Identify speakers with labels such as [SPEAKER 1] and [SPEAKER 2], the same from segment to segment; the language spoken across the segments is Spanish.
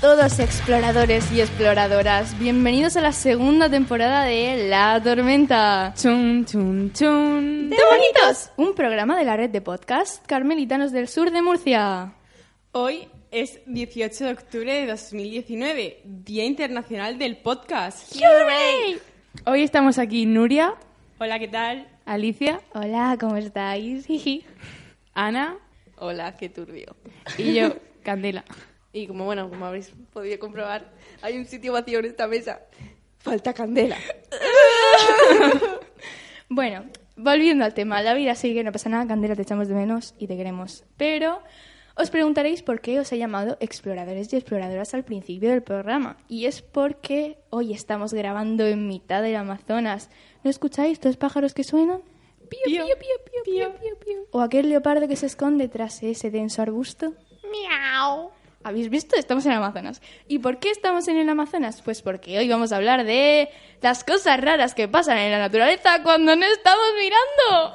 [SPEAKER 1] todos exploradores y exploradoras. Bienvenidos a la segunda temporada de La Tormenta.
[SPEAKER 2] Chun, chun, chun.
[SPEAKER 1] ¡De bonitos! Un programa de la red de podcast Carmelitanos del Sur de Murcia.
[SPEAKER 2] Hoy es 18 de octubre de 2019, Día Internacional del Podcast.
[SPEAKER 1] ¡Hooray!
[SPEAKER 2] Hoy estamos aquí Nuria. Hola, ¿qué tal? Alicia.
[SPEAKER 1] Hola, ¿cómo estáis? Jiji.
[SPEAKER 2] Ana.
[SPEAKER 3] Hola, qué turbio.
[SPEAKER 2] Y yo, Candela.
[SPEAKER 3] Y como bueno, como habéis podido comprobar, hay un sitio vacío en esta mesa. Falta candela.
[SPEAKER 1] Bueno, volviendo al tema, la vida sigue, no pasa nada, Candela, te echamos de menos y te queremos. Pero os preguntaréis por qué os he llamado exploradores y exploradoras al principio del programa. Y es porque hoy estamos grabando en mitad del Amazonas. ¿No escucháis los pájaros que suenan? Pío, pío, pío, pío, pío, pío, pío. ¿O aquel leopardo que se esconde tras ese denso arbusto?
[SPEAKER 3] Miau.
[SPEAKER 1] ¿Habéis visto? Estamos en el Amazonas. ¿Y por qué estamos en el Amazonas? Pues porque hoy vamos a hablar de las cosas raras que pasan en la naturaleza cuando no estamos mirando.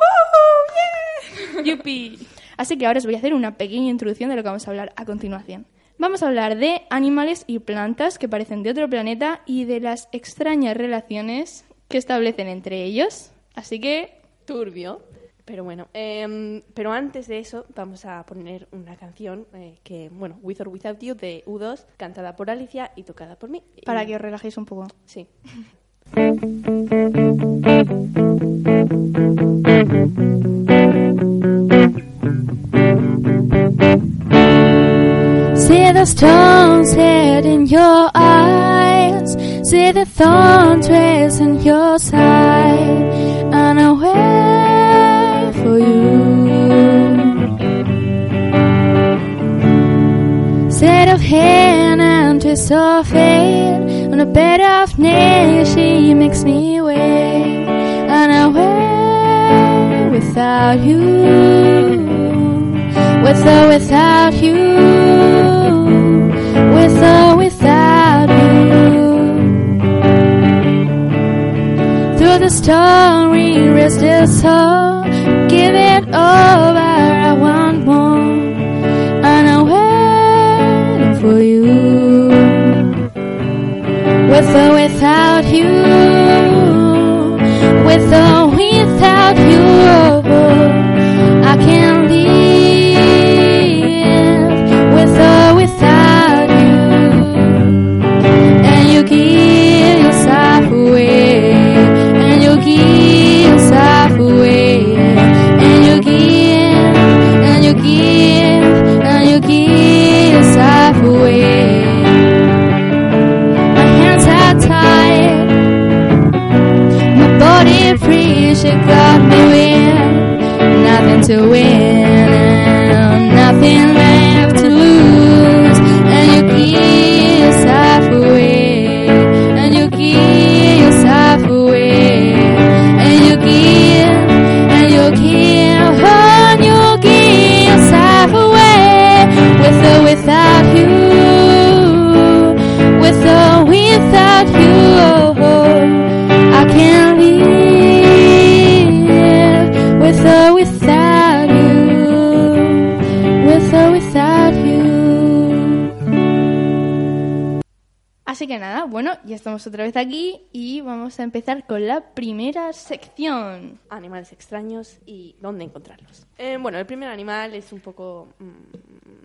[SPEAKER 2] Yupi.
[SPEAKER 1] Así que ahora os voy a hacer una pequeña introducción de lo que vamos a hablar a continuación. Vamos a hablar de animales y plantas que parecen de otro planeta y de las extrañas relaciones que establecen entre ellos. Así que...
[SPEAKER 3] Turbio. Pero bueno, em, pero antes de eso vamos a poner una canción eh, que, bueno, With or Without You de U2, cantada por Alicia y tocada por mí.
[SPEAKER 1] Para
[SPEAKER 3] Y-
[SPEAKER 1] que os relajéis un poco.
[SPEAKER 3] Sí.
[SPEAKER 4] See the stones set in your eyes. See the thorns raised in your side. And I wait for you. Set of hand and twist of fate. On a bed of nails, she makes me wait. And I wait without you with or without you, with or without you. Through the story, rest your soul, give it over. I want more, and I'm waiting for you. With or without you, with or without you. I can't live with or without you. And you give yourself away. And you give yourself away. And you give, and you give, and you give yourself away. My hands are tied. My body free, she got me win. Nothing to win, nothing left to lose. And you give yourself away, and you give yourself away, and you give, and you give, and you give yourself away with or without you, with or without you. I can't live with or without you, with or without you.
[SPEAKER 1] Así que nada, bueno, ya estamos otra vez aquí y vamos a empezar con la primera sección.
[SPEAKER 3] Animales extraños y dónde encontrarlos. Eh, bueno, el primer animal es un poco, mm,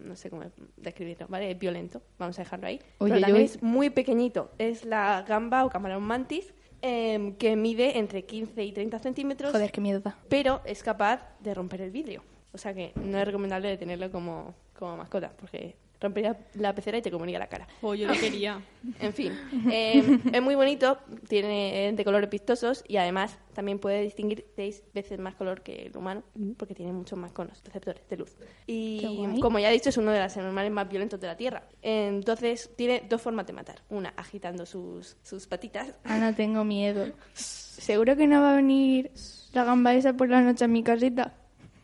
[SPEAKER 3] no sé cómo describirlo, ¿vale? Es violento, vamos a dejarlo ahí.
[SPEAKER 1] Oye,
[SPEAKER 3] Pero también
[SPEAKER 1] yo-
[SPEAKER 3] es muy pequeñito. Es la gamba o camarón mantis, em, que mide entre 15 y 30 centímetros,
[SPEAKER 1] Joder, qué miedo da.
[SPEAKER 3] pero es capaz de romper el vidrio. O sea que no es recomendable de tenerlo como, como mascota, porque rompería la pecera y te comunica la cara.
[SPEAKER 2] Oh, yo lo quería.
[SPEAKER 3] En fin, eh, es muy bonito, tiene eh, de colores vistosos y además también puede distinguir seis veces más color que el humano porque tiene muchos más conos, receptores de luz.
[SPEAKER 1] Mm. Qué
[SPEAKER 3] Y
[SPEAKER 1] guay.
[SPEAKER 3] como ya he dicho, es uno de los animales más violentos de la Tierra. Entonces tiene dos formas de matar. Una agitando sus, sus patitas.
[SPEAKER 1] Ana, tengo miedo. ¿Seguro que no va a venir la gamba esa por la noche a mi casita?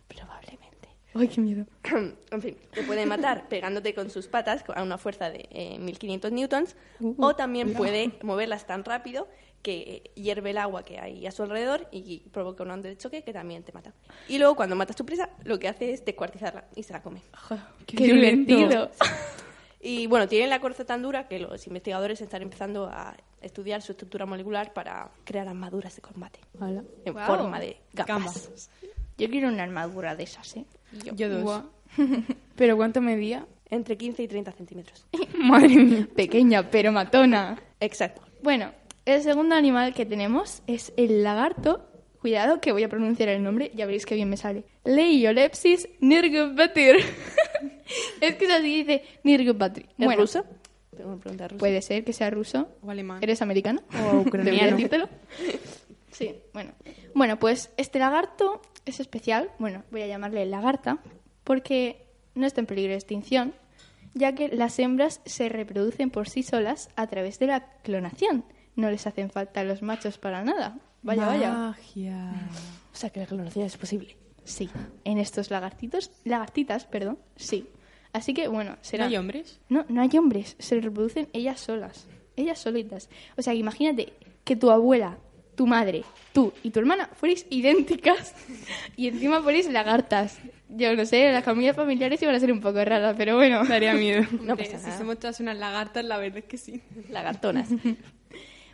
[SPEAKER 3] Probablemente.
[SPEAKER 1] Ay, qué miedo.
[SPEAKER 3] en fin, te puede matar pegándote con sus patas a una fuerza de eh, 1500 newtons
[SPEAKER 1] Uh,
[SPEAKER 3] o también puede moverlas tan rápido que eh, hierve el agua que hay a su alrededor y provoca un onda de choque que también te mata. Y luego cuando matas tu presa, lo que hace es descuartizarla y se la come.
[SPEAKER 1] Qué,
[SPEAKER 2] violento.
[SPEAKER 1] divertido.
[SPEAKER 3] Y bueno, tienen la corza tan dura que los investigadores están empezando a estudiar su estructura molecular para crear armaduras de combate
[SPEAKER 4] Hola.
[SPEAKER 3] en
[SPEAKER 1] Guau.
[SPEAKER 3] forma de gambas.
[SPEAKER 2] Gambas.
[SPEAKER 1] Yo quiero una armadura de esas, ¿eh?
[SPEAKER 2] Yo dos.
[SPEAKER 4] ¿Pero cuánto medía?
[SPEAKER 3] Entre 15 y 30 centímetros.
[SPEAKER 4] Madre mía.
[SPEAKER 1] Pequeña, pero matona.
[SPEAKER 3] Exacto.
[SPEAKER 1] Bueno, el segundo animal que tenemos es el lagarto. Cuidado, que voy a pronunciar el nombre, ya veréis que bien me sale. Leiolepsis nirgupatir. es que es así, dice nirgupatir.
[SPEAKER 3] ¿Es
[SPEAKER 1] Bueno,
[SPEAKER 3] ruso? Tengo una pregunta rusa.
[SPEAKER 1] Puede ser que sea ruso.
[SPEAKER 2] O alemán.
[SPEAKER 1] ¿Eres americano?
[SPEAKER 2] O ucraniano.
[SPEAKER 1] Debería decírtelo. Sí, bueno. Bueno, pues este lagarto es especial. Bueno, voy a llamarle lagarta porque no está en peligro de extinción, ya que las hembras se reproducen por sí solas a través de la clonación. No les hacen falta los machos para nada. Vaya,
[SPEAKER 2] Ah.
[SPEAKER 1] vaya.
[SPEAKER 2] Magia.
[SPEAKER 3] O sea, que la clonación es posible.
[SPEAKER 1] Sí, en estos lagartitos, lagartitas, perdón, sí. Así que bueno,
[SPEAKER 2] ¿Será
[SPEAKER 1] será
[SPEAKER 2] hay hombres?
[SPEAKER 1] No, no hay hombres, se reproducen ellas solas, ellas solitas. O sea, que imagínate que tu abuela, tu madre, tú y tu hermana fuerais idénticas y encima fuerais lagartas. Yo no sé, las familias familiares iban a ser un poco raras, pero bueno.
[SPEAKER 2] Daría miedo.
[SPEAKER 3] No
[SPEAKER 2] Hombre,
[SPEAKER 3] pasa
[SPEAKER 2] si
[SPEAKER 3] nada.
[SPEAKER 2] somos todas unas lagartas, la verdad es que sí.
[SPEAKER 3] Lagartonas.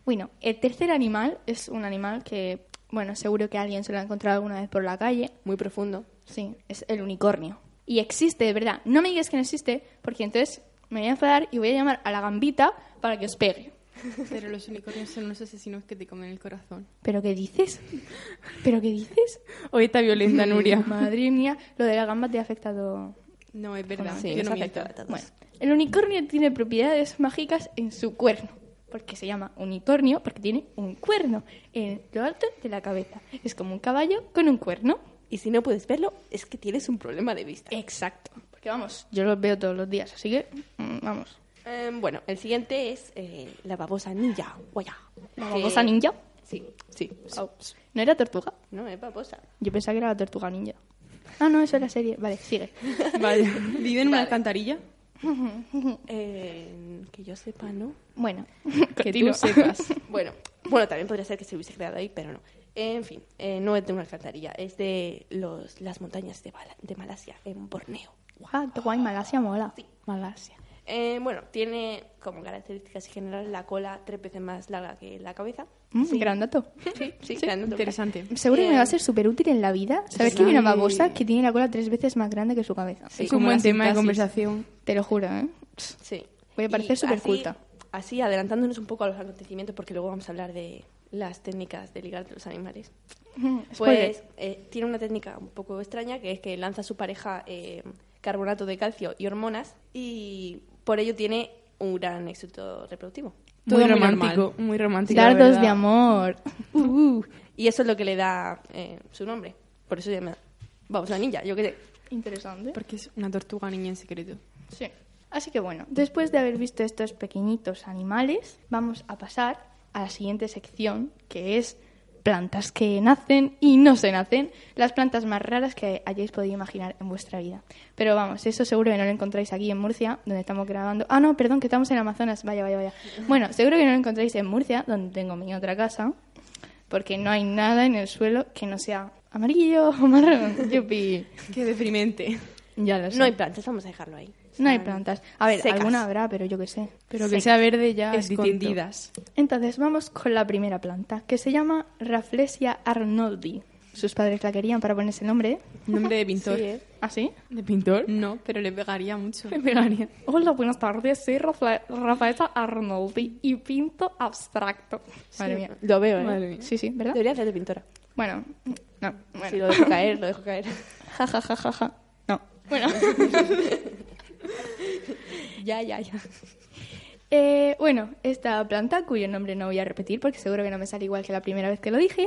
[SPEAKER 1] Bueno, el tercer animal es un animal que, bueno, seguro que alguien se lo ha encontrado alguna vez por la calle.
[SPEAKER 3] Muy profundo.
[SPEAKER 1] Sí, es el unicornio. Y existe, de verdad. No me digas que no existe, porque entonces me voy a enfadar y voy a llamar a la gambita para que os pegue.
[SPEAKER 2] Pero los unicornios son unos asesinos que te comen el corazón.
[SPEAKER 1] ¿Pero qué dices? ¿Pero qué dices?
[SPEAKER 4] Hoy está violenta, Nuria.
[SPEAKER 1] Madre mía, lo de la gamba te ha afectado.
[SPEAKER 2] No, es verdad.
[SPEAKER 3] Sí,
[SPEAKER 2] yo no
[SPEAKER 3] nos afecta
[SPEAKER 2] miento.
[SPEAKER 3] a todos.
[SPEAKER 1] Bueno, el unicornio tiene propiedades mágicas en su cuerno. Porque se llama unicornio, porque tiene un cuerno en lo alto de la cabeza. Es como un caballo con un cuerno.
[SPEAKER 3] Y si no puedes verlo, es que tienes un problema de vista.
[SPEAKER 1] Exacto. Porque vamos, yo los veo todos los días, así que mm, vamos.
[SPEAKER 3] Eh, bueno, el siguiente es eh, la babosa ninja. Guaya.
[SPEAKER 1] La
[SPEAKER 3] Que-
[SPEAKER 1] babosa ninja.
[SPEAKER 3] Sí, sí.
[SPEAKER 1] Oh, ¿No era tortuga?
[SPEAKER 3] No, es babosa.
[SPEAKER 1] Yo pensaba que era la tortuga ninja. Ah, no, eso era serie. Vale, sigue.
[SPEAKER 2] Vaya. ¿Vive en una
[SPEAKER 3] Vale.
[SPEAKER 2] alcantarilla?
[SPEAKER 3] Eh, que yo sepa, ¿no?
[SPEAKER 1] Bueno,
[SPEAKER 4] Que
[SPEAKER 1] continúo.
[SPEAKER 4] tú sepas.
[SPEAKER 3] Bueno, bueno, también podría ser que se hubiese creado ahí, pero no. En fin, eh, no es de una alcantarilla, es de los, las montañas de, Bala- de Malasia, en Borneo.
[SPEAKER 1] Guau, qué guay, Malasia mola.
[SPEAKER 4] Malasia.
[SPEAKER 3] Eh, bueno, tiene como características generales la cola tres veces más larga que la cabeza.
[SPEAKER 1] Mm, Gran dato.
[SPEAKER 3] Sí, sí, claro, no te
[SPEAKER 2] Interesante.
[SPEAKER 1] Seguro que me va a
[SPEAKER 3] Eh,
[SPEAKER 1] ser súper útil en la vida saber
[SPEAKER 3] sí.
[SPEAKER 1] que hay una babosa que tiene la cola tres veces más grande que su cabeza.
[SPEAKER 3] Sí,
[SPEAKER 4] es
[SPEAKER 2] como
[SPEAKER 4] un buen
[SPEAKER 2] la
[SPEAKER 4] tema de
[SPEAKER 2] sintaxis.
[SPEAKER 4] conversación.
[SPEAKER 1] Te lo juro, ¿eh?
[SPEAKER 3] Sí.
[SPEAKER 1] Voy a parecer
[SPEAKER 3] Y
[SPEAKER 1] superculta.
[SPEAKER 3] así- Así, adelantándonos un poco a los acontecimientos, porque luego vamos a hablar de las técnicas de ligar de los animales.
[SPEAKER 1] Spoiler.
[SPEAKER 3] Pues eh, tiene una técnica un poco extraña, que es que lanza a su pareja eh, carbonato de calcio y hormonas, y por ello tiene un gran éxito reproductivo.
[SPEAKER 4] Muy
[SPEAKER 2] Todo muy
[SPEAKER 4] romántico,
[SPEAKER 2] normal.
[SPEAKER 4] muy romántico. la
[SPEAKER 1] dardos
[SPEAKER 4] verdad.
[SPEAKER 1] de amor.
[SPEAKER 3] Uh, y eso es lo que le da eh, su nombre. Por eso se llama... Vamos, la ninja, yo qué sé.
[SPEAKER 1] Interesante.
[SPEAKER 2] Porque es una tortuga niña en secreto.
[SPEAKER 1] Sí. Así que bueno, después de haber visto estos pequeñitos animales, vamos a pasar a la siguiente sección, que es plantas que nacen y no se nacen, las plantas más raras que hayáis podido imaginar en vuestra vida. Pero vamos, eso seguro que no lo encontráis aquí en Murcia, donde estamos grabando. Ah, no, perdón, que estamos en Amazonas. Vaya, vaya, vaya. Bueno, seguro que no lo encontráis en Murcia, donde tengo mi otra casa, porque no hay nada en el suelo que no sea amarillo o marrón. Yupi.
[SPEAKER 2] Qué deprimente.
[SPEAKER 1] Ya lo sé.
[SPEAKER 3] No hay plantas, vamos a dejarlo ahí.
[SPEAKER 1] No hay plantas. A ver,
[SPEAKER 3] Secas.
[SPEAKER 1] alguna habrá, pero yo qué sé.
[SPEAKER 4] Pero que sea verde ya es cuento.
[SPEAKER 2] Escondidas.
[SPEAKER 1] Entonces vamos con la primera planta, que se llama Rafflesia arnoldi. Sus padres la querían para ponerse el nombre. ¿eh?
[SPEAKER 2] Nombre de pintor.
[SPEAKER 3] Sí, ¿eh?
[SPEAKER 1] ¿Ah, sí?
[SPEAKER 4] ¿De pintor?
[SPEAKER 2] No, pero le pegaría mucho.
[SPEAKER 4] Me pegaría.
[SPEAKER 1] Hola, buenas tardes. Soy Rafla- Rafaela Arnoldi y pinto abstracto. Madre mía.
[SPEAKER 3] Lo veo, ¿eh?
[SPEAKER 4] Madre mía.
[SPEAKER 1] Sí, sí, ¿verdad?
[SPEAKER 3] Debería ser de pintora.
[SPEAKER 1] Bueno, no. Bueno.
[SPEAKER 3] Si lo dejo caer, lo dejo caer.
[SPEAKER 1] Ja, ja, ja, ja, ja. No. Bueno.
[SPEAKER 3] ya, ya, ya.
[SPEAKER 1] Eh, bueno, esta planta, cuyo nombre no voy a repetir porque seguro que no me sale igual que la primera vez que lo dije,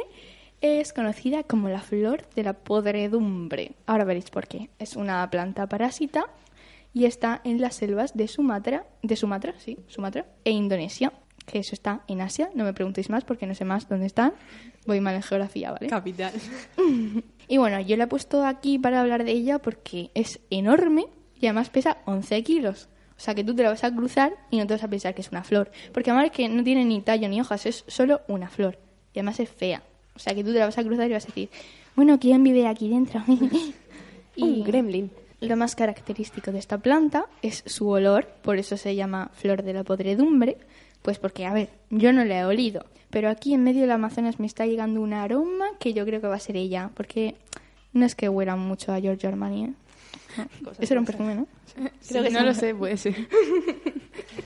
[SPEAKER 1] es conocida como la flor de la podredumbre. Ahora veréis por qué. Es una planta parásita y está en las selvas de Sumatra, de Sumatra, sí, Sumatra, e Indonesia, que eso está en Asia. No me preguntéis más porque no sé más dónde están. Voy mal en geografía, ¿vale?
[SPEAKER 2] Capital.
[SPEAKER 1] Y bueno, yo la he puesto aquí para hablar de ella porque es enorme y además pesa 11 kilos. O sea que tú te la vas a cruzar y no te vas a pensar que es una flor. Porque además es que no tiene ni tallo ni hojas, es solo una flor. Y además es fea. O sea que tú te la vas a cruzar y vas a decir, bueno, ¿quién vive aquí dentro? y,
[SPEAKER 3] Un gremlin.
[SPEAKER 1] Lo más característico de esta planta es su olor, por eso se llama flor de la podredumbre, pues porque, a ver, yo no la he olido, pero aquí en medio del Amazonas me está llegando un aroma que yo creo que va a ser ella, porque no es que huela mucho a Giorgio Armani, ¿eh? No.
[SPEAKER 3] Ah, Cosas
[SPEAKER 1] Eso era un
[SPEAKER 3] pasan.
[SPEAKER 1] perfume, ¿no?
[SPEAKER 3] Creo que
[SPEAKER 5] no
[SPEAKER 3] sí.
[SPEAKER 5] lo sé, puede ser.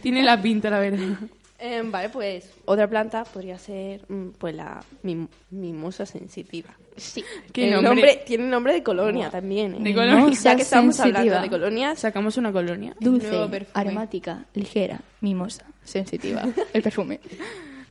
[SPEAKER 5] Tiene la pinta, la verdad.
[SPEAKER 3] Eh, vale, pues otra planta podría ser mm, pues la mim- mimosa sensitiva.
[SPEAKER 1] Sí.
[SPEAKER 5] ¿Qué
[SPEAKER 3] El
[SPEAKER 5] nombre?
[SPEAKER 3] tiene nombre de colonia también. ¿eh?
[SPEAKER 5] De colonia.
[SPEAKER 3] Ya que estamos
[SPEAKER 1] Sensitiva.
[SPEAKER 3] hablando de
[SPEAKER 2] Ah.
[SPEAKER 3] colonias,
[SPEAKER 5] Sacamos una colonia.
[SPEAKER 2] nuevo
[SPEAKER 1] Dulce,
[SPEAKER 2] perfume.
[SPEAKER 1] aromática, ligera, mimosa, sensitiva. El perfume.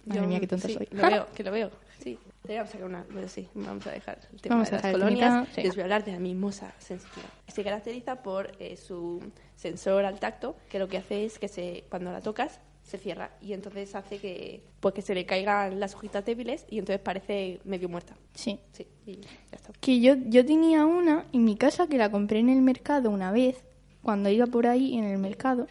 [SPEAKER 1] Madre mía, qué tonta
[SPEAKER 3] sí,
[SPEAKER 1] soy.
[SPEAKER 3] Lo veo, que lo veo. Sí, deberíamos sacar una, pero sí, vamos a dejar el tema
[SPEAKER 1] Vamos a
[SPEAKER 3] de las
[SPEAKER 1] dejar el
[SPEAKER 3] colonias.
[SPEAKER 1] temita, sí.
[SPEAKER 3] Les voy a hablar de la mimosa sensitiva. Se caracteriza por eh, su sensor al tacto, que lo que hace es que se, cuando la tocas se cierra y entonces hace que pues que se le caigan las hojitas débiles y entonces parece medio muerta.
[SPEAKER 1] Sí.
[SPEAKER 3] Sí, y ya está.
[SPEAKER 1] Que yo, yo tenía una en mi casa que la compré en el mercado una vez, cuando iba por ahí en el mercado.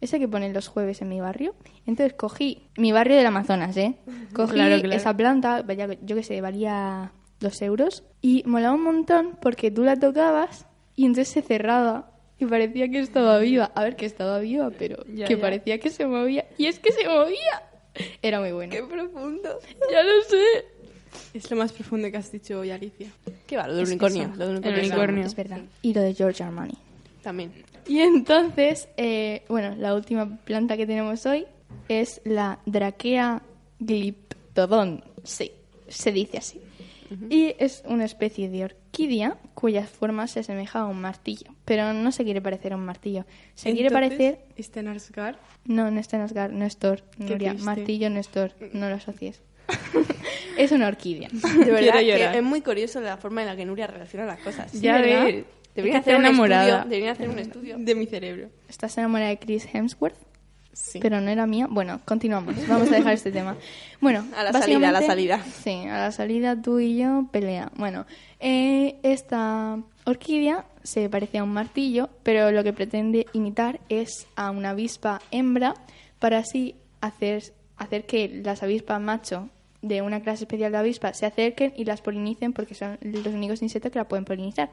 [SPEAKER 1] Esa que ponen los jueves en mi barrio. Entonces cogí mi barrio del Amazonas, ¿eh? Cogí
[SPEAKER 5] Claro, claro.
[SPEAKER 1] esa planta, valía- yo que sé, valía dos euros. Y molaba un montón porque tú la tocabas y entonces se cerraba. Y parecía que estaba viva. A ver, que estaba viva, pero
[SPEAKER 5] Ya,
[SPEAKER 1] que
[SPEAKER 5] ya.
[SPEAKER 1] parecía que se movía. Y es que se movía. Era muy bueno.
[SPEAKER 3] Qué profundo.
[SPEAKER 1] Ya lo sé.
[SPEAKER 2] Es lo más profundo que has dicho hoy, Alicia.
[SPEAKER 3] Qué va, lo del unicornio. Lo del unicornio.
[SPEAKER 5] El unicornio.
[SPEAKER 1] Es verdad. Y lo de George Armani.
[SPEAKER 3] También.
[SPEAKER 1] Y entonces, eh, bueno, la última planta que tenemos hoy es la Drakea glyptodon. Sí, se dice así. Y es una especie de orquídea cuya forma se asemeja a un martillo. Pero no se quiere parecer a un martillo. Se quiere
[SPEAKER 2] Entonces,
[SPEAKER 1] parecer.
[SPEAKER 2] Este Narsgar
[SPEAKER 1] No, no está en Asgard, no es Thor. Nuria,
[SPEAKER 2] triste.
[SPEAKER 1] martillo no es Thor, no lo asocies. es una orquídea.
[SPEAKER 3] De verdad
[SPEAKER 5] Quiero
[SPEAKER 3] que
[SPEAKER 5] llorar.
[SPEAKER 3] es muy curioso la forma en la que Nuria relaciona las cosas.
[SPEAKER 5] Ya
[SPEAKER 1] ¿verdad?
[SPEAKER 5] ves.
[SPEAKER 3] Deberían
[SPEAKER 5] Está
[SPEAKER 3] hacer, un estudio,
[SPEAKER 5] enamorada.
[SPEAKER 3] deberían hacer un estudio.
[SPEAKER 2] de mi cerebro.
[SPEAKER 1] ¿Estás enamorada de Chris Hemsworth?
[SPEAKER 2] Sí.
[SPEAKER 1] Pero no era mía. Bueno, continuamos. Vamos a dejar este tema. Bueno,
[SPEAKER 3] A la salida, a la
[SPEAKER 1] básicamente-
[SPEAKER 3] salida.
[SPEAKER 1] Sí, a la salida tú y yo pelea. Bueno, eh, esta orquídea se parece a un martillo, pero lo que pretende imitar es a una avispa hembra para así hacer, hacer que las avispas macho de una clase especial de avispas se acerquen y las polinicen porque son los únicos insectos que la pueden polinizar.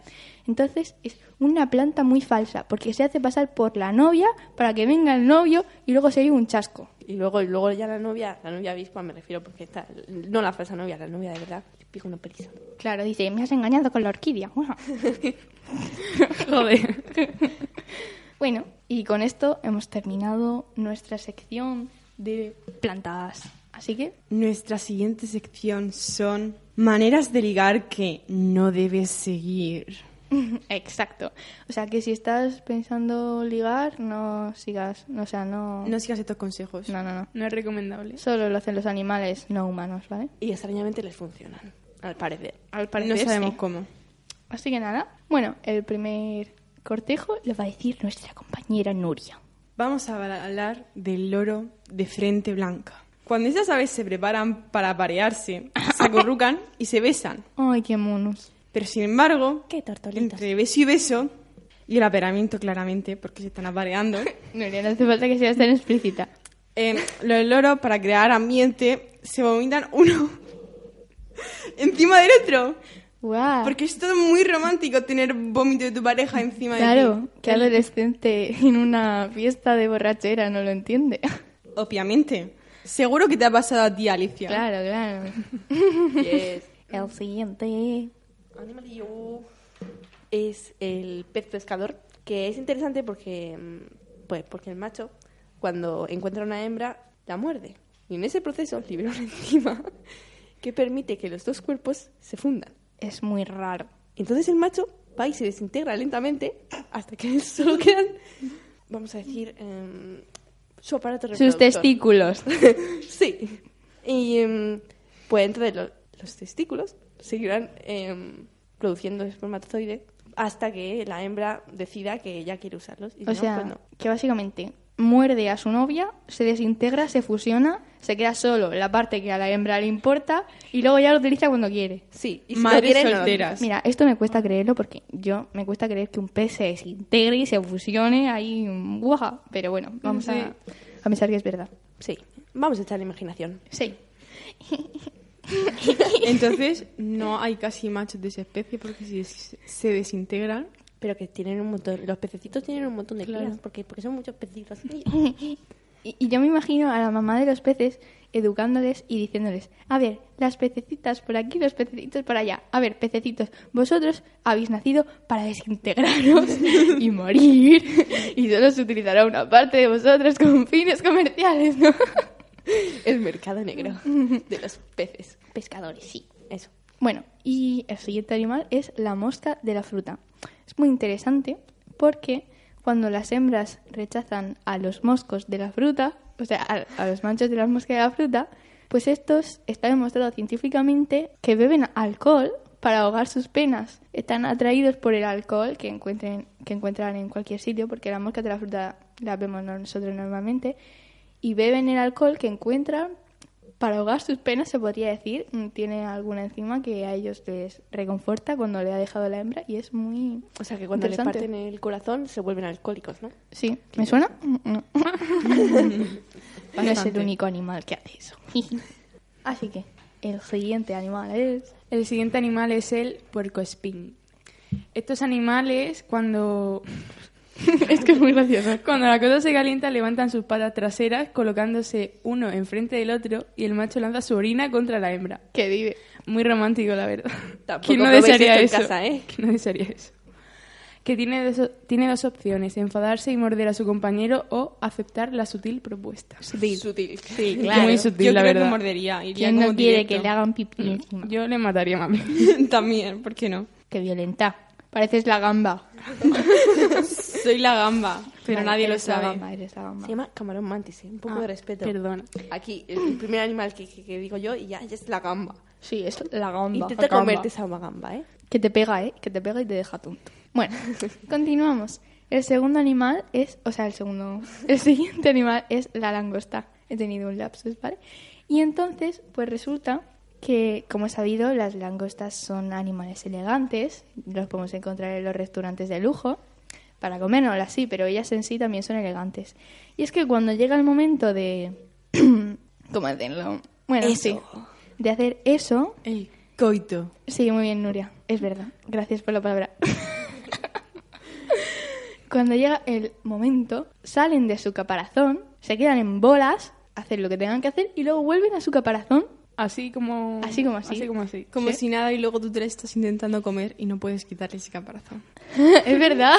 [SPEAKER 1] Entonces es una planta muy falsa porque se hace pasar por la novia para que venga el novio y luego se lleve un chasco.
[SPEAKER 3] Y luego, y luego ya la novia, la novia avispa me refiero, porque está, no la falsa novia, la novia de verdad, te pico una peliza.
[SPEAKER 1] Claro, dice, me has engañado con la orquídea. Guau.
[SPEAKER 5] Joder.
[SPEAKER 1] Bueno, y con esto hemos terminado nuestra sección de plantas. Así que,
[SPEAKER 2] Nuestra siguiente sección son maneras de ligar que no debes seguir.
[SPEAKER 1] exacto. O sea, que si estás pensando ligar, no sigas, o sea, no...
[SPEAKER 2] No sigas estos consejos.
[SPEAKER 1] no, no, no.
[SPEAKER 5] No es recomendable.
[SPEAKER 1] Solo lo hacen los animales no humanos, ¿vale?
[SPEAKER 3] Y extrañamente les funcionan, al parecer.
[SPEAKER 1] Al
[SPEAKER 2] No
[SPEAKER 1] parecer,
[SPEAKER 2] sabemos
[SPEAKER 1] sí.
[SPEAKER 2] cómo.
[SPEAKER 1] Así que nada. Bueno, el primer cortejo lo va a decir nuestra compañera Nuria.
[SPEAKER 2] Vamos a hablar del loro de frente blanca. Cuando esas aves se preparan para aparearse, se acurrucan y se besan.
[SPEAKER 1] Ay, qué monos.
[SPEAKER 2] Pero sin embargo,
[SPEAKER 3] Qué tortolitas.
[SPEAKER 2] entre beso y beso, y el aperamiento claramente, porque se están apareando,
[SPEAKER 1] Nuria, no hace falta que seas tan explícita.
[SPEAKER 2] eh, los loros para crear ambiente se vomitan uno encima del otro.
[SPEAKER 1] ¡Guau!
[SPEAKER 2] Porque es todo muy romántico tener vómito de tu pareja encima de
[SPEAKER 1] Claro,
[SPEAKER 2] ti.
[SPEAKER 1] que adolescente en una fiesta de borrachera no lo entiende.
[SPEAKER 2] Obviamente. Seguro que te ha pasado a ti, Alicia.
[SPEAKER 1] Claro, claro.
[SPEAKER 3] Yes.
[SPEAKER 1] El siguiente.
[SPEAKER 3] Animalillo. Es el pez pescador, que es interesante porque, mm, pues, porque el macho, cuando encuentra una hembra, la muerde. Y en ese proceso libera una enzima que permite que los dos cuerpos se fundan.
[SPEAKER 1] Es muy raro.
[SPEAKER 3] Entonces el macho va y se desintegra lentamente hasta que solo quedan, vamos a decir, em, su aparato
[SPEAKER 1] Sus
[SPEAKER 3] reproductor.
[SPEAKER 1] testículos.
[SPEAKER 3] sí. Y em, pues entonces lo- los testículos seguirán em, produciendo espermatozoides hasta que la hembra decida que ya quiere usarlos. Y si
[SPEAKER 1] O
[SPEAKER 3] no,
[SPEAKER 1] sea,
[SPEAKER 3] pues no.
[SPEAKER 1] que básicamente muerde a su novia, se desintegra, se fusiona, se queda solo la parte que a la hembra le importa y luego ya lo utiliza cuando quiere.
[SPEAKER 3] Sí, y si no
[SPEAKER 2] Madres
[SPEAKER 3] quiere, no lo-
[SPEAKER 2] solteras.
[SPEAKER 1] Mira, esto me cuesta creerlo porque yo me cuesta creer que un pez se desintegre y se fusione ahí, guaja. Pero bueno, vamos a, a pensar que es verdad.
[SPEAKER 3] Sí, vamos a echar la imaginación.
[SPEAKER 1] Sí.
[SPEAKER 2] Entonces, no hay casi machos de esa especie porque si se desintegran,
[SPEAKER 3] Pero que tienen un montón, los pececitos tienen un montón de crías, porque, porque son muchos pececitos.
[SPEAKER 1] Y, y yo me imagino a la mamá de los peces educándoles y diciéndoles, a ver, las pececitas por aquí, los pececitos por allá. A ver, pececitos, vosotros habéis nacido para desintegraros y morir. Y solo se utilizará una parte de vosotros con fines comerciales, ¿no?
[SPEAKER 3] El mercado negro de los peces. Pescadores, sí, eso.
[SPEAKER 1] Bueno, y el siguiente animal es la mosca de la fruta. Es muy interesante porque cuando las hembras rechazan a los moscos de la fruta, o sea, a, a los machos de las moscas de la fruta, pues estos está demostrado científicamente que beben alcohol para ahogar sus penas. Están atraídos por el alcohol que, encuentren, que encuentran en cualquier sitio, porque la mosca de la fruta la vemos no- nosotros normalmente, y beben el alcohol que encuentran para ahogar sus penas, se podría decir. Mm, Tiene alguna enzima que a ellos les reconforta cuando le ha dejado la hembra y es muy...
[SPEAKER 3] O sea, que cuando les
[SPEAKER 1] Interesante.
[SPEAKER 3] parten el corazón se vuelven alcohólicos, ¿no?
[SPEAKER 1] Sí, ¿me suena? No. No es el
[SPEAKER 2] Bastante.
[SPEAKER 1] único animal que hace eso. Así que el siguiente animal es...
[SPEAKER 5] El siguiente animal es el puercoespín. Estos animales, cuando. es que es muy gracioso. Cuando la cosa se calienta, levantan sus patas traseras, colocándose uno enfrente del otro y el macho lanza su orina contra la hembra.
[SPEAKER 1] que vive.
[SPEAKER 5] Muy romántico, la verdad.
[SPEAKER 3] Tampoco
[SPEAKER 5] ¿Quién no
[SPEAKER 3] probéis
[SPEAKER 5] desearía
[SPEAKER 3] esto en
[SPEAKER 5] eso?
[SPEAKER 3] casa, ¿eh?
[SPEAKER 5] ¿Quién no desearía eso? Que tiene dos, tiene dos opciones, enfadarse y morder a su compañero o aceptar la sutil propuesta.
[SPEAKER 3] Sutil. Sutil. Sí,
[SPEAKER 5] Muy
[SPEAKER 2] Yo
[SPEAKER 5] sutil, la
[SPEAKER 2] creo
[SPEAKER 5] verdad.
[SPEAKER 2] que mordería. Iría
[SPEAKER 1] ¿Quién no
[SPEAKER 2] como
[SPEAKER 1] quiere
[SPEAKER 2] directo. Mm.
[SPEAKER 1] que le hagan pipí encima?
[SPEAKER 5] Yo le mataría a mami.
[SPEAKER 2] También, ¿por qué no?
[SPEAKER 1] Qué violenta. Pareces la gamba.
[SPEAKER 2] Soy la gamba, pero
[SPEAKER 1] Vale,
[SPEAKER 2] nadie lo
[SPEAKER 1] eres la
[SPEAKER 2] sabe.
[SPEAKER 1] gamba, eres la gamba.
[SPEAKER 3] Se llama camarón mantis, ¿eh? un
[SPEAKER 1] Ah,
[SPEAKER 3] poco de respeto.
[SPEAKER 5] Perdona.
[SPEAKER 3] Aquí, el, el primer animal que, que- que digo yo y ya, ya es la gamba.
[SPEAKER 1] Sí, es la gamba.
[SPEAKER 3] Intenta
[SPEAKER 1] gamba.
[SPEAKER 3] comerte esa gamba, ¿eh?
[SPEAKER 1] Que te pega, ¿eh? Que te pega y te deja tonto. Bueno, continuamos. El segundo animal es... O sea, el segundo... El siguiente animal es la langosta. He tenido un lapsus, ¿vale? Y entonces, pues resulta que, como he sabido, las langostas son animales elegantes. Los podemos encontrar en los restaurantes de lujo. Para comérnoslas, sí, pero ellas en sí también son elegantes. Y es que cuando llega el momento de... ¿Cómo hacerlo? Bueno,
[SPEAKER 3] Eso.
[SPEAKER 1] sí. De hacer eso,
[SPEAKER 2] El coito.
[SPEAKER 1] Sí, muy bien, Nuria. Es verdad. Gracias por la palabra. Cuando llega el momento, salen de su caparazón, se quedan en bolas, hacen lo que tengan que hacer y luego vuelven a su caparazón.
[SPEAKER 5] Así como...
[SPEAKER 1] Así como así.
[SPEAKER 5] Así como así.
[SPEAKER 2] Como
[SPEAKER 1] ¿Sí?
[SPEAKER 2] si nada y luego tú te la estás intentando comer y no puedes quitarle ese caparazón.
[SPEAKER 1] es verdad.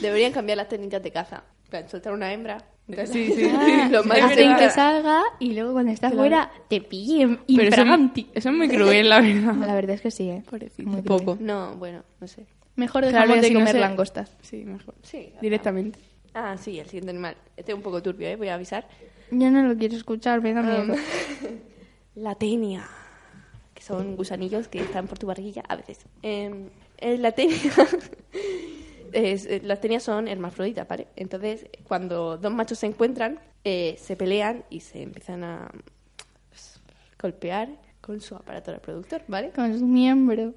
[SPEAKER 3] Deberían cambiar las técnicas de caza. En plan, soltar una hembra.
[SPEAKER 5] Sí, sí.
[SPEAKER 3] Lo más
[SPEAKER 1] Hacen que
[SPEAKER 3] verdad.
[SPEAKER 1] salga y luego cuando está
[SPEAKER 5] Claro.
[SPEAKER 1] fuera te pillen
[SPEAKER 5] Pero eso,
[SPEAKER 1] infraganti.
[SPEAKER 5] eso es muy cruel, la verdad.
[SPEAKER 1] La verdad es que sí, ¿eh?
[SPEAKER 5] Pobrecito.
[SPEAKER 1] Muy cruel.
[SPEAKER 2] Poco.
[SPEAKER 3] No, bueno, no sé.
[SPEAKER 1] Mejor
[SPEAKER 5] Claro,
[SPEAKER 1] dejamos
[SPEAKER 5] y
[SPEAKER 1] de
[SPEAKER 5] así no
[SPEAKER 1] comer
[SPEAKER 5] se-
[SPEAKER 1] langostas.
[SPEAKER 5] Sí, mejor.
[SPEAKER 3] Sí.
[SPEAKER 5] Directamente.
[SPEAKER 3] Ah, sí, el siguiente animal. Este es un poco turbio, ¿eh? Voy a avisar.
[SPEAKER 1] Yo no lo quiero escuchar, me da miedo.
[SPEAKER 5] Ah.
[SPEAKER 3] La tenia, que son gusanillos que están por tu barriguilla a veces. Eh, eh, la tenia, es, eh, las tenias son hermafroditas, ¿vale? Entonces, cuando dos machos se encuentran, eh, se pelean y se empiezan a pues, golpear con su aparato reproductor, ¿vale?
[SPEAKER 1] Con su miembro.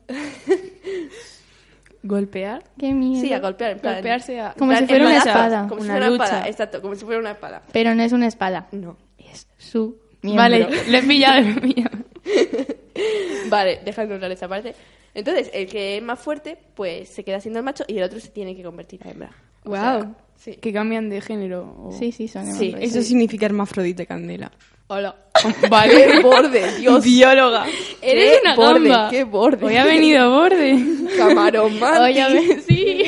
[SPEAKER 5] Golpear.
[SPEAKER 1] Qué miedo.
[SPEAKER 3] Sí, a golpear. en plan-
[SPEAKER 5] Golpearse a...
[SPEAKER 1] Como
[SPEAKER 3] en
[SPEAKER 1] si
[SPEAKER 3] plan,
[SPEAKER 1] fuera
[SPEAKER 3] en
[SPEAKER 1] una
[SPEAKER 3] plan,
[SPEAKER 1] espada.
[SPEAKER 3] Como si
[SPEAKER 5] una
[SPEAKER 3] fuera una espada,
[SPEAKER 5] lucha.
[SPEAKER 3] exacto, como si fuera una espada.
[SPEAKER 1] Pero no es una espada.
[SPEAKER 3] No.
[SPEAKER 1] Es su miembro.
[SPEAKER 5] Vale, le he pillado, le he pillado.
[SPEAKER 3] Vale, dejadme hablar esa parte. Entonces, el que es más fuerte, pues se queda siendo el macho y el otro se tiene que convertir en hembra. O sea,
[SPEAKER 5] Wow.
[SPEAKER 3] sí.
[SPEAKER 5] Que cambian de género. o-
[SPEAKER 1] Sí, sí, son
[SPEAKER 3] Sí,
[SPEAKER 1] hemorroides.
[SPEAKER 2] Eso significa hermafrodita candela.
[SPEAKER 3] Hola.
[SPEAKER 5] Vale.
[SPEAKER 3] ¡Qué borde, Dios!
[SPEAKER 2] Bióloga.
[SPEAKER 3] ¡Eres
[SPEAKER 5] Eres
[SPEAKER 3] una
[SPEAKER 5] una
[SPEAKER 3] borde!
[SPEAKER 5] gamba.
[SPEAKER 3] ¡Qué borde!
[SPEAKER 5] Hoy ha venido a borde.
[SPEAKER 3] Camarón mantis.
[SPEAKER 1] Oye, a ver, sí.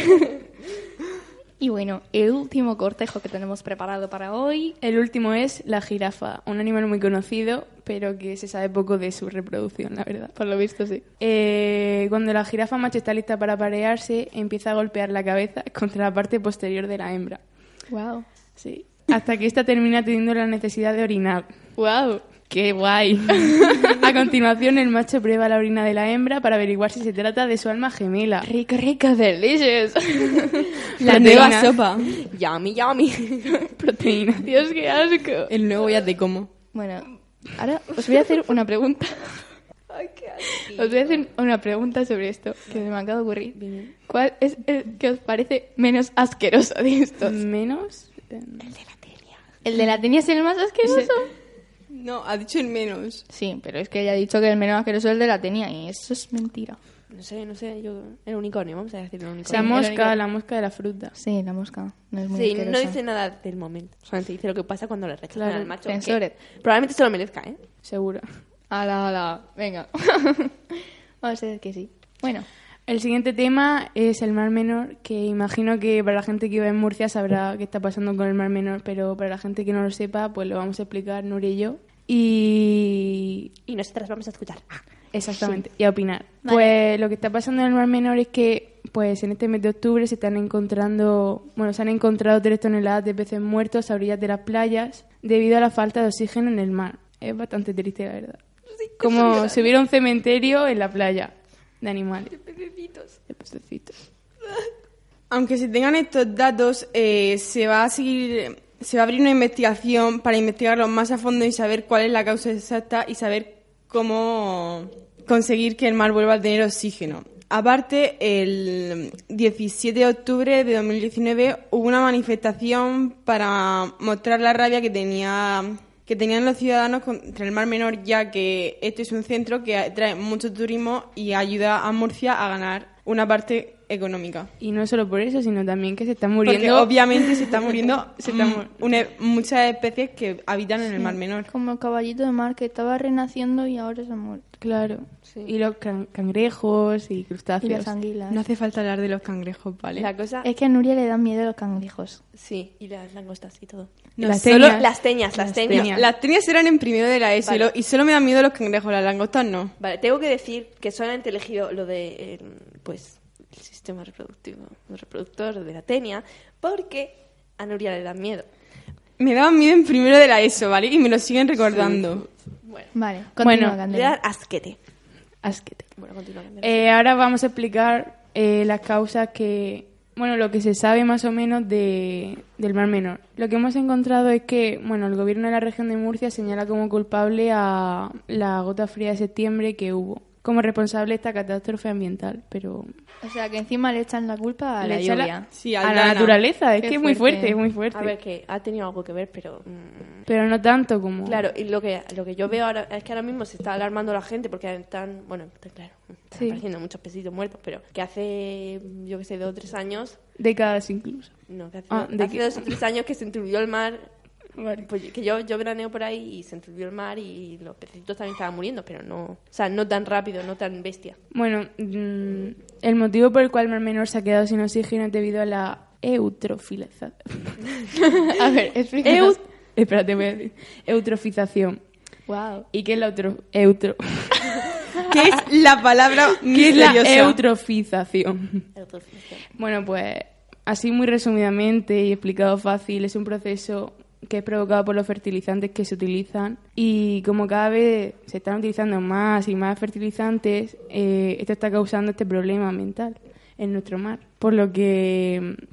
[SPEAKER 1] y bueno, el último cortejo que tenemos preparado para hoy.
[SPEAKER 5] El último es la jirafa, un animal muy conocido, pero que se sabe poco de su reproducción, la verdad.
[SPEAKER 1] Por lo visto, sí.
[SPEAKER 5] Eh, cuando la jirafa macho está lista para parearse, empieza a golpear la cabeza contra la parte posterior de la hembra.
[SPEAKER 1] Wow.
[SPEAKER 5] Sí. Hasta que ésta termina teniendo la necesidad de orinar.
[SPEAKER 1] Wow.
[SPEAKER 5] ¡Qué guay! A continuación, el macho prueba la orina de la hembra para averiguar si se trata de su alma gemela.
[SPEAKER 1] Rico, rico, delicious.
[SPEAKER 5] La
[SPEAKER 2] nueva
[SPEAKER 5] nena.
[SPEAKER 2] sopa.
[SPEAKER 3] Yummy, yummy.
[SPEAKER 5] Proteína.
[SPEAKER 1] Dios, qué asco.
[SPEAKER 2] El nuevo ya te como.
[SPEAKER 1] Bueno, ahora os voy a hacer una pregunta. Os voy a hacer una pregunta sobre esto que me acaba de ocurrir. ¿Cuál es el que os parece menos asqueroso de estos?
[SPEAKER 5] Menos. eh,
[SPEAKER 1] El de la tenía es el más asqueroso.
[SPEAKER 2] No, ha dicho el menos.
[SPEAKER 1] Sí, pero es que ella ha dicho que el menos asqueroso es el de la tenía y eso es mentira.
[SPEAKER 3] No sé, no sé, yo... El unicornio, vamos a decir el
[SPEAKER 5] la
[SPEAKER 1] Sí,
[SPEAKER 3] unicornio.
[SPEAKER 5] mosca,
[SPEAKER 1] irónico.
[SPEAKER 5] la mosca de la fruta.
[SPEAKER 1] Sí, la mosca. No es muy
[SPEAKER 3] Sí, no
[SPEAKER 1] asquerosa.
[SPEAKER 3] dice nada del momento. Solamente dice lo que pasa cuando le rechazan
[SPEAKER 1] Claro,
[SPEAKER 3] al macho.
[SPEAKER 1] sensores.
[SPEAKER 3] que Probablemente se lo merezca, ¿eh?
[SPEAKER 5] Seguro.
[SPEAKER 1] Ala, ala, venga. Vamos a decir que sí. Bueno,
[SPEAKER 5] El siguiente tema es el Mar Menor, que imagino que para la gente que vive en Murcia sabrá qué está pasando con el Mar Menor, pero para la gente que no lo sepa, pues lo vamos a explicar Nuria y yo. Y
[SPEAKER 3] Y nosotras vamos a escuchar.
[SPEAKER 5] Exactamente, y a opinar.
[SPEAKER 1] Vale.
[SPEAKER 5] Pues lo que está pasando en el Mar Menor es que pues en este mes de octubre se están encontrando, bueno, se han encontrado tres toneladas de peces muertos a orillas de las playas debido a la falta de oxígeno en el mar. Es bastante triste, la verdad. Como si hubiera un cementerio en la playa de animales. De pececitos. De pececitos.
[SPEAKER 2] Aunque se tengan estos datos, eh, se va a seguir, se va a abrir una investigación para investigarlos más a fondo y saber cuál es la causa exacta y saber cómo conseguir que el mar vuelva a tener oxígeno. Aparte, el 17 de octubre de 2019 hubo una manifestación para mostrar la rabia que tenía que tenían los ciudadanos contra el Mar Menor, ya que este es un centro que atrae mucho turismo y ayuda a Murcia a ganar una parte económica.
[SPEAKER 5] Y no solo por eso, sino también que se están
[SPEAKER 2] Porque
[SPEAKER 5] muriendo.
[SPEAKER 2] obviamente se están muriendo
[SPEAKER 5] Se están
[SPEAKER 2] mu- une- muchas especies que habitan en el Mar Menor.
[SPEAKER 1] como el caballito de mar que estaba renaciendo y ahora se ha muerto.
[SPEAKER 5] Claro. Y los can- cangrejos y
[SPEAKER 1] Y
[SPEAKER 5] crustáceos.
[SPEAKER 1] las anguilas.
[SPEAKER 2] No hace falta hablar de los cangrejos, ¿vale?
[SPEAKER 3] La cosa...
[SPEAKER 1] Es que a Nuria le dan miedo los cangrejos.
[SPEAKER 3] Sí, y las langostas y todo.
[SPEAKER 5] No,
[SPEAKER 2] las
[SPEAKER 5] solo
[SPEAKER 2] teñas.
[SPEAKER 3] Las teñas, las,
[SPEAKER 5] Las
[SPEAKER 3] teñas.
[SPEAKER 5] teñas.
[SPEAKER 2] Las teñas eran en primero de la ESO y,
[SPEAKER 3] Vale.
[SPEAKER 2] lo- y solo me dan miedo los cangrejos, las langostas no.
[SPEAKER 3] Vale, tengo que decir que solamente he elegido lo de, eh, pues, el sistema reproductivo, reproductor de la tenia, porque a Nuria le da miedo.
[SPEAKER 2] Me daban miedo en primero de la ESO, ¿vale? Y me lo siguen recordando.
[SPEAKER 3] Bueno,
[SPEAKER 1] Vale, continúa,
[SPEAKER 5] Bueno,
[SPEAKER 3] le
[SPEAKER 1] Candela.
[SPEAKER 3] da asquete.
[SPEAKER 5] Asquete.
[SPEAKER 3] Bueno, continúa. Candela.
[SPEAKER 5] Eh, ahora vamos a explicar eh, las causas que, bueno, lo que se sabe más o menos de, del Mar Menor. Lo que hemos encontrado es que, bueno, el gobierno de la región de Murcia señala como culpable a la gota fría de septiembre que hubo, como responsable de esta catástrofe ambiental, pero
[SPEAKER 1] O sea, que encima le echan la culpa a
[SPEAKER 5] le
[SPEAKER 1] la
[SPEAKER 5] echa
[SPEAKER 1] lluvia.
[SPEAKER 2] Sí,
[SPEAKER 5] a
[SPEAKER 2] Aldana.
[SPEAKER 5] la naturaleza, es
[SPEAKER 1] Qué
[SPEAKER 5] que es muy fuerte,
[SPEAKER 1] fuerte.
[SPEAKER 5] es muy fuerte.
[SPEAKER 3] a ver, que ha tenido algo que ver, pero... mm,
[SPEAKER 5] Pero no tanto como...
[SPEAKER 3] Claro, y lo que, lo que yo veo ahora es que ahora mismo se está alarmando la gente porque están, bueno, está claro, están
[SPEAKER 5] Sí.
[SPEAKER 3] apareciendo muchos pesitos muertos, pero que hace, yo que sé, dos o tres años,
[SPEAKER 5] Décadas incluso.
[SPEAKER 3] no, que hace,
[SPEAKER 5] Ah, ¿de
[SPEAKER 3] hace
[SPEAKER 5] qué?
[SPEAKER 3] dos o tres años que se enturbió el mar, pues que yo, yo veraneo por ahí y se enturbió el mar y los pececitos también estaban muriendo, pero no, o sea, no tan rápido, no tan bestia.
[SPEAKER 5] Bueno, mm, el motivo por el cual el Mar Menor se ha quedado sin oxígeno es debido a la eutrofilización.
[SPEAKER 1] A ver, explícanos.
[SPEAKER 5] Eut... Espérate, voy a decir. Eutrofización.
[SPEAKER 1] Wow.
[SPEAKER 5] ¿Y qué es la otro- eutro...
[SPEAKER 2] ¿Qué es la palabra
[SPEAKER 5] ¿Qué es la
[SPEAKER 2] misteriosa?
[SPEAKER 5] eutrofización?
[SPEAKER 3] El otro fue-
[SPEAKER 5] Bueno, pues así muy resumidamente y explicado fácil, es un proceso que es provocado por los fertilizantes que se utilizan y como cada vez se están utilizando más y más fertilizantes, eh, esto está causando este problema mental en nuestro mar, por lo que mm,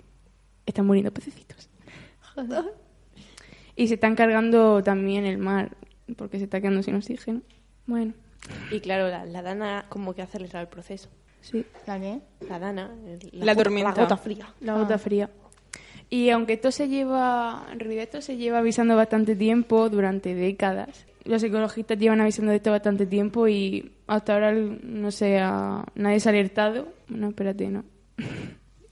[SPEAKER 5] están muriendo pececitos. Y se están cargando también el mar, porque se está quedando sin oxígeno. Bueno,
[SPEAKER 3] Y claro, la, la dana como que hacerle el proceso.
[SPEAKER 5] sí.
[SPEAKER 1] ¿La qué?
[SPEAKER 3] La dana, el-
[SPEAKER 2] La
[SPEAKER 3] gota-
[SPEAKER 2] tormenta.
[SPEAKER 3] La gota fría.
[SPEAKER 5] La gota fría. Y aunque esto se lleva, en realidad esto se lleva avisando bastante tiempo, durante décadas. Los ecologistas llevan avisando de esto bastante tiempo y hasta ahora no se ha, nadie se ha alertado. No, espérate, no.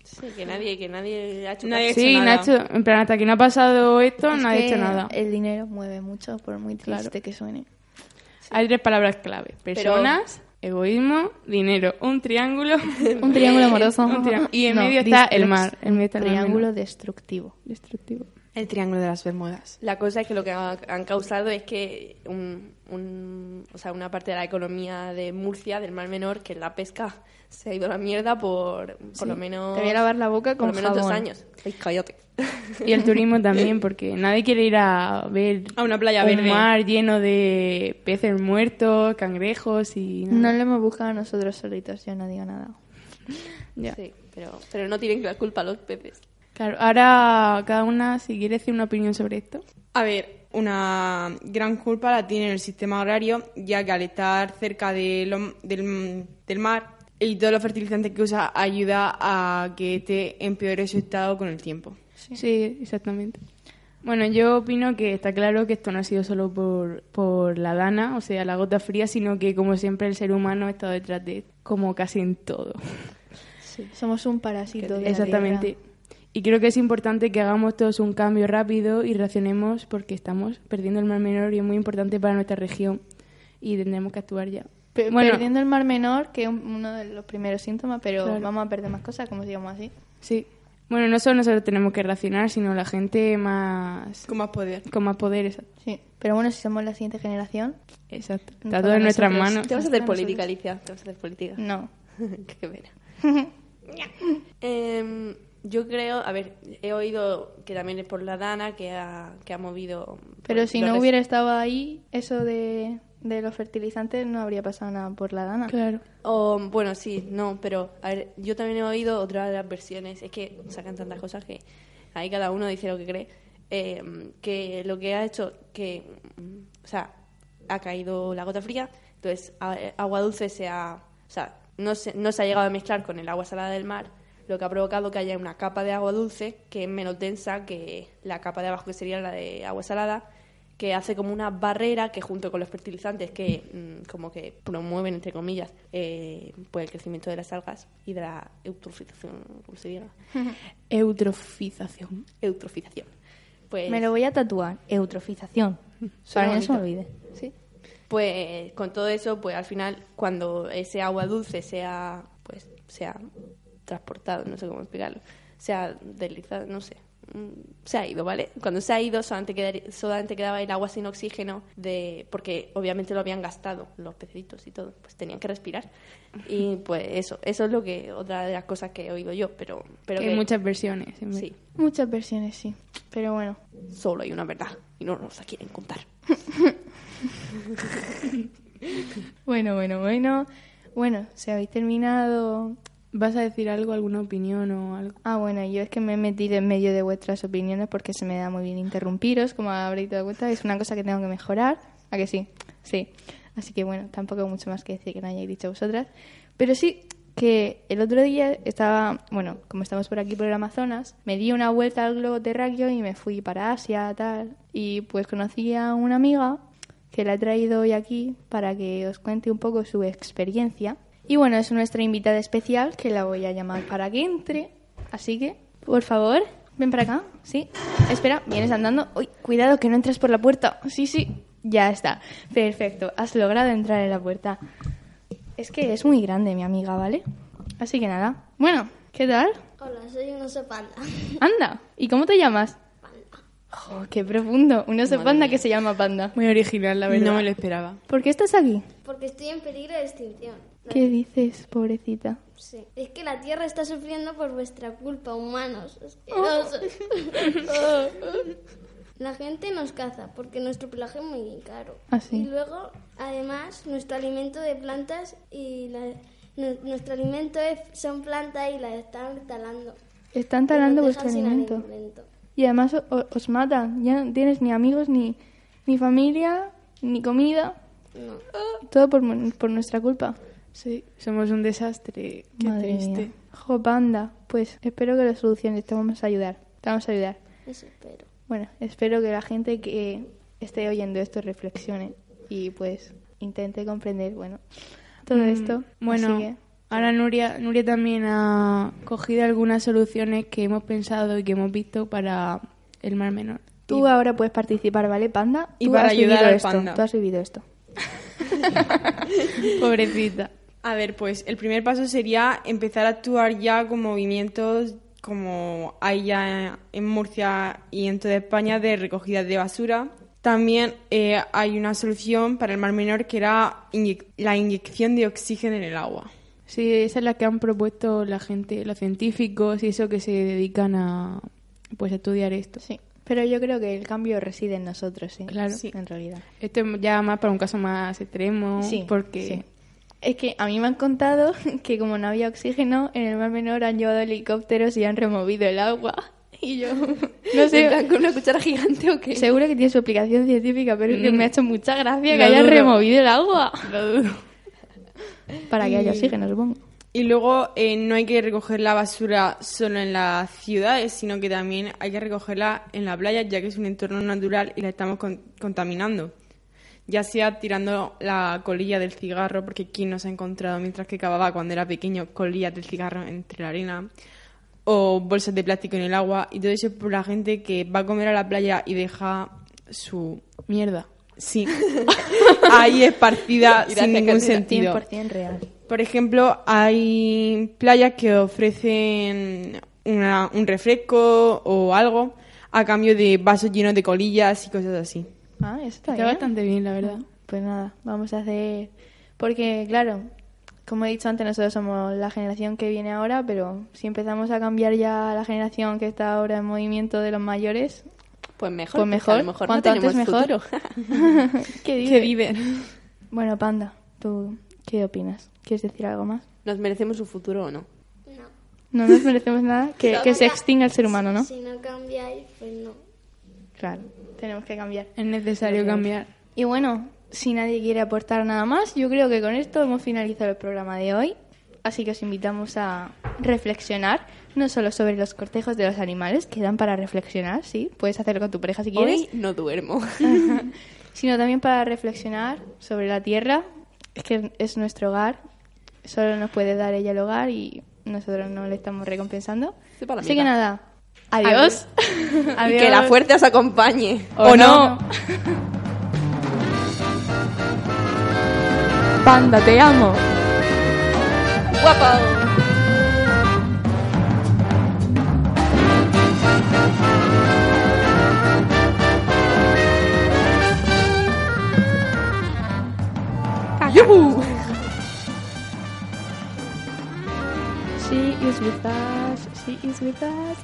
[SPEAKER 3] Sí, que nadie, que nadie ha hecho
[SPEAKER 2] Nadie-
[SPEAKER 3] caso.
[SPEAKER 2] hecho
[SPEAKER 5] Sí,
[SPEAKER 2] nada.
[SPEAKER 5] Nacho, en plan, hasta que no ha pasado esto,
[SPEAKER 1] Es
[SPEAKER 5] nadie ha
[SPEAKER 1] que
[SPEAKER 5] hecho nada.
[SPEAKER 1] El dinero mueve mucho, por muy triste que suene.
[SPEAKER 5] Hay tres palabras clave. Personas, egoísmo, dinero. Un triángulo.
[SPEAKER 1] Eh, Un triángulo amoroso.
[SPEAKER 5] Un triángulo. Y en
[SPEAKER 1] No,
[SPEAKER 5] medio está el
[SPEAKER 1] distress.
[SPEAKER 5] mar. En medio está el mar
[SPEAKER 1] triángulo
[SPEAKER 5] menor.
[SPEAKER 1] destructivo.
[SPEAKER 5] destructivo.
[SPEAKER 2] El triángulo de las Bermudas.
[SPEAKER 3] La cosa es que lo que ha- han causado es que un, un- o sea, una parte de la economía de Murcia, del Mar Menor, que es la pesca, se ha ido a la mierda por por lo menos...
[SPEAKER 1] Te voy a lavar la boca
[SPEAKER 3] por
[SPEAKER 1] con
[SPEAKER 3] lo menos dos
[SPEAKER 1] jabón.
[SPEAKER 3] años. Ay, cállate.
[SPEAKER 5] Y el turismo también, porque nadie quiere ir a ver
[SPEAKER 2] A una playa
[SPEAKER 5] un
[SPEAKER 2] verde.
[SPEAKER 5] mar lleno de peces muertos, cangrejos y...
[SPEAKER 1] No
[SPEAKER 5] nada.
[SPEAKER 1] lo hemos buscado nosotros solitos, yo no digo nada.
[SPEAKER 5] Ya.
[SPEAKER 3] Sí, pero, pero no tienen la culpa los peces.
[SPEAKER 5] Claro, ahora cada una, si quiere decir una opinión sobre esto.
[SPEAKER 2] A ver, una gran culpa la tiene el sistema agrario, ya que al estar cerca de lo- del, del mar y todos los fertilizantes que usa ayuda a que este empeore su estado con el tiempo.
[SPEAKER 5] Sí, exactamente. Bueno, yo opino que está claro que esto no ha sido solo por, por la dana, o sea, la gota fría, sino que como siempre el ser humano ha estado detrás de como casi en todo.
[SPEAKER 1] Somos un parásito. de la
[SPEAKER 5] Exactamente.
[SPEAKER 1] Tierra.
[SPEAKER 5] Y creo que es importante que hagamos todos un cambio rápido y reaccionemos porque estamos perdiendo el mar menor y es muy importante para nuestra región y tendremos que actuar ya.
[SPEAKER 1] Pe-
[SPEAKER 5] Bueno.
[SPEAKER 1] Perdiendo el mar menor, que es un- uno de los primeros síntomas, pero
[SPEAKER 5] Claro.
[SPEAKER 1] vamos a perder más cosas, como digamos así.
[SPEAKER 5] Sí. Bueno, no solo nosotros tenemos que reaccionar, sino la gente más
[SPEAKER 2] Con más poder.
[SPEAKER 5] con más poder. esa-
[SPEAKER 1] Sí. Pero bueno, si somos la siguiente generación,
[SPEAKER 5] Exacto.
[SPEAKER 1] Con
[SPEAKER 5] Está todo en nuestras
[SPEAKER 1] nosotros.
[SPEAKER 5] manos.
[SPEAKER 3] Te vas a hacer
[SPEAKER 1] Nosotros.
[SPEAKER 3] política, Alicia. Te vas a hacer política.
[SPEAKER 1] no.
[SPEAKER 3] Qué pena. Em, yo creo, a ver, he oído que también es por la Dana que ha, que ha movido.
[SPEAKER 1] Pero
[SPEAKER 3] pues,
[SPEAKER 1] si
[SPEAKER 3] los
[SPEAKER 1] no
[SPEAKER 3] res-
[SPEAKER 1] hubiera estado ahí, eso de, de los fertilizantes no habría pasado nada por la dana.
[SPEAKER 5] Claro.
[SPEAKER 3] O, bueno, sí, no, pero a ver, yo también he oído otra de las versiones. Es que sacan tantas cosas que ahí cada uno dice lo que cree. eh, que lo que ha hecho que. mm, O sea, ha caído la gota fría, entonces a- agua dulce se ha. O sea, no se, no se ha llegado a mezclar con el agua salada del mar, lo que ha provocado que haya una capa de agua dulce que es menos densa que la capa de abajo, que sería la de agua salada que hace como una barrera que junto con los fertilizantes que mm, como que promueven entre comillas eh, pues el crecimiento de las algas y de la eutrofización ¿cómo se diga?
[SPEAKER 5] Eutrofización.
[SPEAKER 3] eutrofización pues
[SPEAKER 1] Me lo voy a tatuar. Eutrofización. Para
[SPEAKER 3] Suena
[SPEAKER 1] que no se me
[SPEAKER 3] bonito.
[SPEAKER 1] olvide.
[SPEAKER 3] sí pues con todo eso pues al final cuando ese agua dulce sea pues sea transportado no sé cómo explicarlo sea deslizado no sé Mm, se ha ido, ¿vale? Cuando se ha ido solamente, quedar- solamente quedaba el agua sin oxígeno de porque obviamente lo habían gastado los pececitos y todo, pues tenían que respirar y pues eso, eso es lo que otra de las cosas que he oído yo, pero pero
[SPEAKER 5] Que hay muchas versiones. en
[SPEAKER 3] sí,
[SPEAKER 1] Muchas versiones, sí. Pero bueno.
[SPEAKER 3] solo hay una verdad y no nos la quieren contar.
[SPEAKER 1] Bueno, bueno, bueno. Bueno, se habéis terminado.
[SPEAKER 5] ¿Vas a decir algo, alguna opinión o algo?
[SPEAKER 1] Ah, bueno, yo es que me he metido en medio de vuestras opiniones porque se me da muy bien interrumpiros, como habréis dado cuenta. Es una cosa que tengo que mejorar. ¿A que sí? Sí. Así que bueno, tampoco mucho más que decir que no hayáis dicho vosotras. Pero sí que el otro día estaba, bueno, como estamos por aquí por el Amazonas, me di una vuelta al globo terráqueo y me fui para Asia, tal. Y pues conocí a una amiga que la he traído hoy aquí para que os cuente un poco su experiencia. Y bueno, es nuestra invitada especial que la voy a llamar para que entre. Así que, por favor, ven para acá. Sí. Espera, vienes andando. Uy, cuidado que no entras por la puerta. Sí, sí. Ya está. Perfecto. Has logrado entrar en la puerta. Es que es muy grande mi amiga, ¿vale? Así que nada. Bueno, ¿qué tal?
[SPEAKER 6] Hola, soy un oso panda.
[SPEAKER 1] Anda. ¿Y cómo te llamas? Panda. qué profundo. Un oso panda que se llama panda.
[SPEAKER 5] Muy original, la verdad. No me lo esperaba.
[SPEAKER 1] ¿Por qué estás aquí?
[SPEAKER 6] Porque estoy en peligro de extinción. No,
[SPEAKER 1] ¿Qué dices, pobrecita?
[SPEAKER 6] sí. Es que la Tierra está sufriendo por vuestra culpa, humanos. asquerosos. la gente nos caza porque nuestro pelaje es muy caro.
[SPEAKER 1] Ah, sí.
[SPEAKER 6] Y luego, además, nuestro alimento de plantas y la- nu- nuestro alimento es- son plantas y las están talando.
[SPEAKER 1] Están talando
[SPEAKER 6] Y nos
[SPEAKER 1] vuestro
[SPEAKER 6] dejan sin
[SPEAKER 1] alimento. Y además o- o- os matan. Ya no tienes ni amigos, ni, ni familia, ni comida. Todo por, mu- por nuestra culpa.
[SPEAKER 5] Sí, somos un desastre. Qué
[SPEAKER 1] Madre
[SPEAKER 5] triste.
[SPEAKER 1] mía. Jo, panda. Pues espero que lo soluciones. Te vamos a ayudar. Te vamos a ayudar.
[SPEAKER 6] Eso espero.
[SPEAKER 1] Bueno, espero que la gente que esté oyendo esto reflexione y pues intente comprender, bueno, todo esto.
[SPEAKER 5] Mm, Bueno,
[SPEAKER 1] Así que-
[SPEAKER 5] ahora Nuria, Nuria también ha cogido algunas soluciones que hemos pensado y que hemos visto para el mar menor.
[SPEAKER 1] Tú ahora puedes participar, ¿vale, panda?
[SPEAKER 2] Y
[SPEAKER 1] Tú
[SPEAKER 2] para
[SPEAKER 1] has vivido
[SPEAKER 2] ayudar al
[SPEAKER 1] esto,
[SPEAKER 2] panda.
[SPEAKER 1] Tú has vivido esto.
[SPEAKER 5] Pobrecita.
[SPEAKER 2] A ver, pues el primer paso sería empezar a actuar ya con movimientos como hay ya en Murcia y en toda España de recogida de basura. También eh, hay una solución para el mar menor que era inyec- la inyección de oxígeno en el agua.
[SPEAKER 5] Sí, esa es la que han propuesto la gente, los científicos y eso que se dedican a pues a estudiar esto.
[SPEAKER 1] Sí. Pero yo creo que el cambio reside en nosotros, sí.
[SPEAKER 5] Claro.
[SPEAKER 1] Sí. En realidad.
[SPEAKER 5] Esto es Este ya más para un caso más extremo,
[SPEAKER 1] Sí.
[SPEAKER 5] porque
[SPEAKER 1] sí. Es que a mí me han contado que como no había oxígeno, en el Mar Menor han llevado helicópteros y han removido el agua. Y yo, no
[SPEAKER 3] En plan,
[SPEAKER 1] sé,
[SPEAKER 3] con una cuchara gigante o qué?
[SPEAKER 1] seguro que tiene su aplicación científica, pero es que me ha hecho mucha gracia que
[SPEAKER 5] Lo
[SPEAKER 1] hayan
[SPEAKER 5] dudo.
[SPEAKER 1] removido el agua. Para que haya oxígeno, supongo.
[SPEAKER 2] Y luego eh, no hay que recoger la basura solo en las ciudades, sino que también hay que recogerla en la playa, ya que es un entorno natural y la estamos con- contaminando. Ya sea tirando la colilla del cigarro, porque quién nos ha encontrado mientras que cavaba cuando era pequeño colillas del cigarro entre la arena, o bolsas de plástico en el agua, y todo eso por la gente que va a comer a la playa y deja su...
[SPEAKER 5] Mierda.
[SPEAKER 2] Sí, ahí esparcida
[SPEAKER 3] Gracias,
[SPEAKER 2] sin ningún
[SPEAKER 3] Candida.
[SPEAKER 2] sentido.
[SPEAKER 1] 100% real.
[SPEAKER 2] Por ejemplo, hay playas que ofrecen una- un refresco o algo a cambio de vasos llenos de colillas y cosas así.
[SPEAKER 1] Ah, eso está,
[SPEAKER 5] Está
[SPEAKER 1] bien.
[SPEAKER 5] bastante bien, la verdad.
[SPEAKER 1] Pues nada, vamos a hacer... Porque, claro, como he dicho antes, nosotros somos la generación que viene ahora, pero si empezamos a cambiar ya la generación que está ahora en movimiento de los mayores,
[SPEAKER 3] Pues mejor.
[SPEAKER 1] pues
[SPEAKER 3] porque
[SPEAKER 1] mejor,
[SPEAKER 3] A lo mejor
[SPEAKER 1] cuanto
[SPEAKER 3] no
[SPEAKER 1] antes
[SPEAKER 3] tenemos
[SPEAKER 1] mejor.
[SPEAKER 3] futuro.
[SPEAKER 1] ¿Qué dices?
[SPEAKER 2] Que viven.
[SPEAKER 1] Bueno, Panda, ¿tú qué opinas? ¿Quieres decir algo más?
[SPEAKER 3] ¿Nos merecemos un futuro o no?
[SPEAKER 6] No.
[SPEAKER 1] No nos merecemos nada, que, que se extinga el ser humano, ¿no?
[SPEAKER 6] Si no cambiáis, pues no.
[SPEAKER 1] Claro, tenemos que cambiar.
[SPEAKER 5] Es necesario cambiar.
[SPEAKER 1] Y bueno, si nadie quiere aportar nada más, yo creo que con esto hemos finalizado el programa de hoy. Así que os invitamos a reflexionar, no solo sobre los cortejos de los animales, que dan para reflexionar, sí, puedes hacerlo con tu pareja si quieres,
[SPEAKER 3] Hoy no duermo.
[SPEAKER 1] sino también para reflexionar sobre la tierra, es que es nuestro hogar, solo nos puede dar ella el hogar y nosotros no le estamos recompensando.
[SPEAKER 3] Sepa la
[SPEAKER 1] Así que
[SPEAKER 3] mierda.
[SPEAKER 1] nada, adiós.
[SPEAKER 3] Y que la fuerza os acompañe.
[SPEAKER 1] O no. Panda, te amo.
[SPEAKER 3] ¡Guapo!
[SPEAKER 1] She is with us, she is with us.